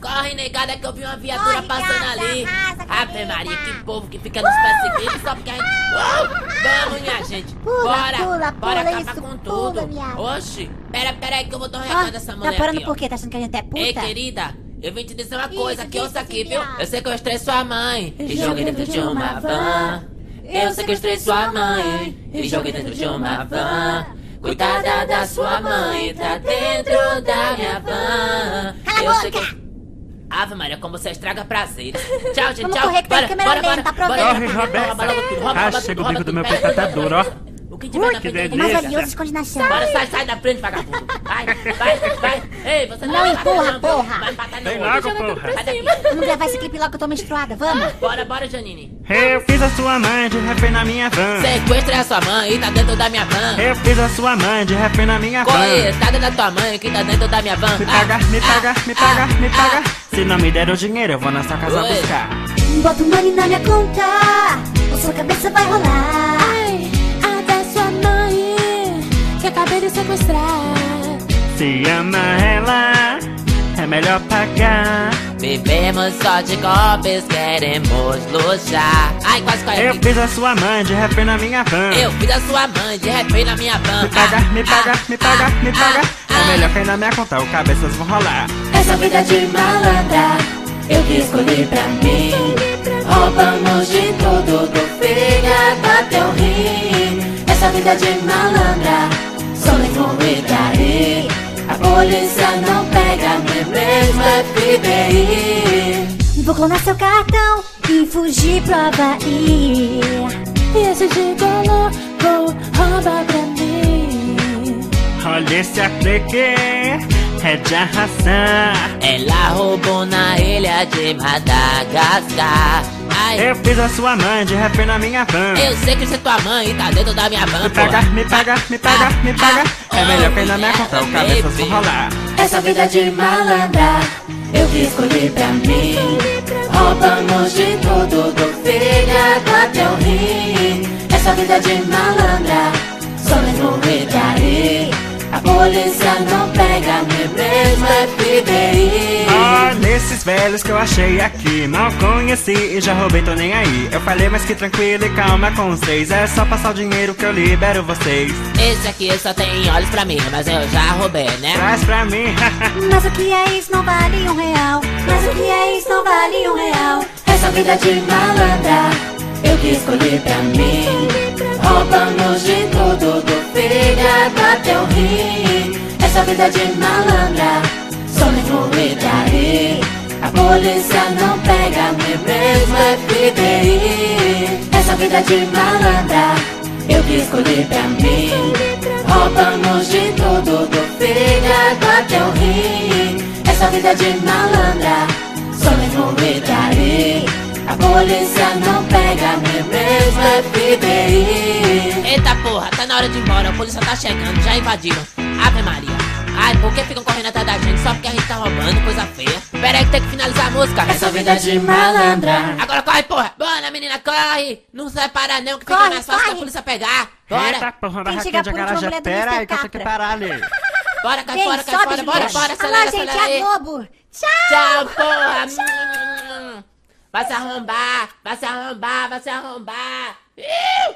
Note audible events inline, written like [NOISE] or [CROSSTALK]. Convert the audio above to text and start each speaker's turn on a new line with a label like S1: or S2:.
S1: Corre, negada, que eu vi uma viatura
S2: Corre,
S1: passando
S2: gata,
S1: ali.
S2: arrasa,
S1: Ave
S2: cadê,
S1: Maria, que
S2: gata?
S1: povo que fica nos perseguindo só porque a gente... Uau! Vamos, minha gente.
S2: Pula,
S1: bora,
S2: pula,
S1: bora
S2: pula
S1: acabar
S2: isso,
S1: com
S2: pula,
S1: tudo.
S2: viado.
S1: Oxi, pera, pera aí que eu vou dar um recado
S3: Ó,
S1: dessa
S3: tá
S1: mulher
S3: parando
S1: aqui, ó.
S3: por quê? Tá achando que a gente é puta?
S1: Ei, querida, eu vim te dizer uma
S2: Isso,
S1: coisa que
S2: isso,
S1: ouça aqui,
S2: sim,
S1: viu?
S2: viado.
S1: Eu sequestrei sua mãe e joguei dentro de uma van. Eu sequestrei sua mãe e joguei dentro de uma van. Coitada da sua mãe, tá dentro da minha van.
S2: Cala a
S1: Eu
S2: boca!
S1: sequest- Ave Maria, como você estraga prazeres. Tchau, gente,
S3: Vamos
S1: tchau.
S3: correr que tá de câmera lenta, aproveita.
S4: Corre, Roberta. Ah, chega o bico do meu
S1: pega
S4: pescador,
S1: tudo,
S4: ó.
S1: pega tudo. O que tiver na
S4: que
S1: frente, eu vou
S3: Mais
S4: delícia.
S1: pegar.
S3: valioso, esconde na chama.
S1: Bora, sai, sai da frente, vagabundo. Vai, vai, vai. Ei, você
S3: Não
S1: vai
S3: empurra,
S1: matar, não, viu?
S3: porra.
S1: Vai matar, não.
S4: Vem logo, porra.
S1: Sai daqui.
S3: Vamos gravar esse clipe logo que eu tô menstruada, vamos?
S1: Bora, bora, Janine.
S4: É, Eu fiz a sua mãe de refém na minha van.
S1: Sequestra a sua mãe e tá dentro da minha van.
S4: é, Eu fiz a sua mãe de refém na minha van.
S1: Coitada da tua mãe que tá dentro da minha van. Ah,
S4: Me paga, me paga, me paga, me paga. Se não me der o dinheiro, eu vou na sua casa
S1: Oi.
S4: buscar.
S2: Bota o money na minha conta, ou sua cabeça vai rolar.
S5: A da sua mãe que acabei de sequestrar.
S4: Se ama ela, é melhor pagar.
S1: Vivemos só de golpes, queremos luxar. Ai, quase caiu.
S4: Eu
S1: aqui.
S4: fiz a sua mãe de refém na minha van.
S1: Eu fiz a sua mãe de refém na minha van. Ah,
S4: Me paga, me paga, me paga, me paga. É melhor
S1: que...
S4: cair na minha conta, o cabeças vão rolar.
S5: Essa vida de malandra eu que escolhi pra mim. Roubamos de tudo do fígado até o rim. Essa vida de malandra somos influída aí. A polícia não pega, nem mesmo FBI.
S3: Vou clonar seu cartão e fugir pro Havaí.
S5: E esse gigolô vou roubar pra mim.
S4: Olha esse aplique, é de arrasar.
S1: Ela roubou na ilha de Madagascar. Ai,
S4: Eu fiz a sua mãe de refém na minha van.
S1: eu sei que você é tua mãe e tá dentro da minha van,
S4: Me paga,
S1: porra.
S4: me paga, me paga, me paga. É
S1: ah,
S4: melhor cair na minha
S1: mulher,
S4: conta, o cabeças
S1: baby.
S4: vão rolar.
S5: Essa vida de malandra eu que escolhi pra mim. Roubamos de tudo, do fígado até o rim. Essa vida de malandra só mesmo aí. A polícia não pega, nem mesmo é FBI.
S4: Olha esses velhos que eu achei aqui. Mal conheci e já roubei, tô nem aí. Eu falei, mas que tranquilo e calma com vocês. É só passar o dinheiro que eu libero vocês.
S1: Esse aqui só tem olhos pra mim, mas eu já roubei, né?
S4: Traz pra mim, [LAUGHS]
S3: Mas o que é isso? Não vale um real. Mas o que é isso? Não vale um real.
S5: Essa vida de malandra eu que escolhi pra mim. Roubamos de tudo, do fígado até o rim. Essa vida de malandra só me flui daí. A polícia não pega, nem mesmo FBI. Essa vida de malandra eu que escolhi pra mim. Roubamos de tudo, do fígado até o rim. Essa vida de malandra só me flui daí. A polícia não pega, é nem mesmo FBI.
S1: Eita porra, tá na hora de ir embora, a polícia tá chegando, já invadiram. Ave Maria. Ai, por que ficam correndo atrás da gente só porque a gente tá roubando, coisa feia? Pera aí que tem que finalizar a música.
S5: Essa vida de malandra
S1: Agora corre, porra! Bora, menina, corre! Não se para não, que fica
S3: Corre,
S1: mais fácil da
S3: corre.
S1: polícia pegar! Bora!
S4: Eita porra,
S3: Quem
S4: barraquinha
S3: chegar por último,
S4: de
S3: a
S4: garagem.
S3: mulher do
S4: Pera
S3: Mr.
S4: aí que eu tenho que
S3: Capra.
S4: parar ali.
S1: Bora, cai
S3: Vem,
S1: fora, cai
S3: sobe,
S1: fora, bora,
S3: Juliana.
S1: bora, acelera,
S3: Alô, gente,
S1: acelera aí!
S3: é a Globo. Tchau.
S1: Tchau, porra! Vai se arrombar, vai se arrombar, vai se arrombar! Iu!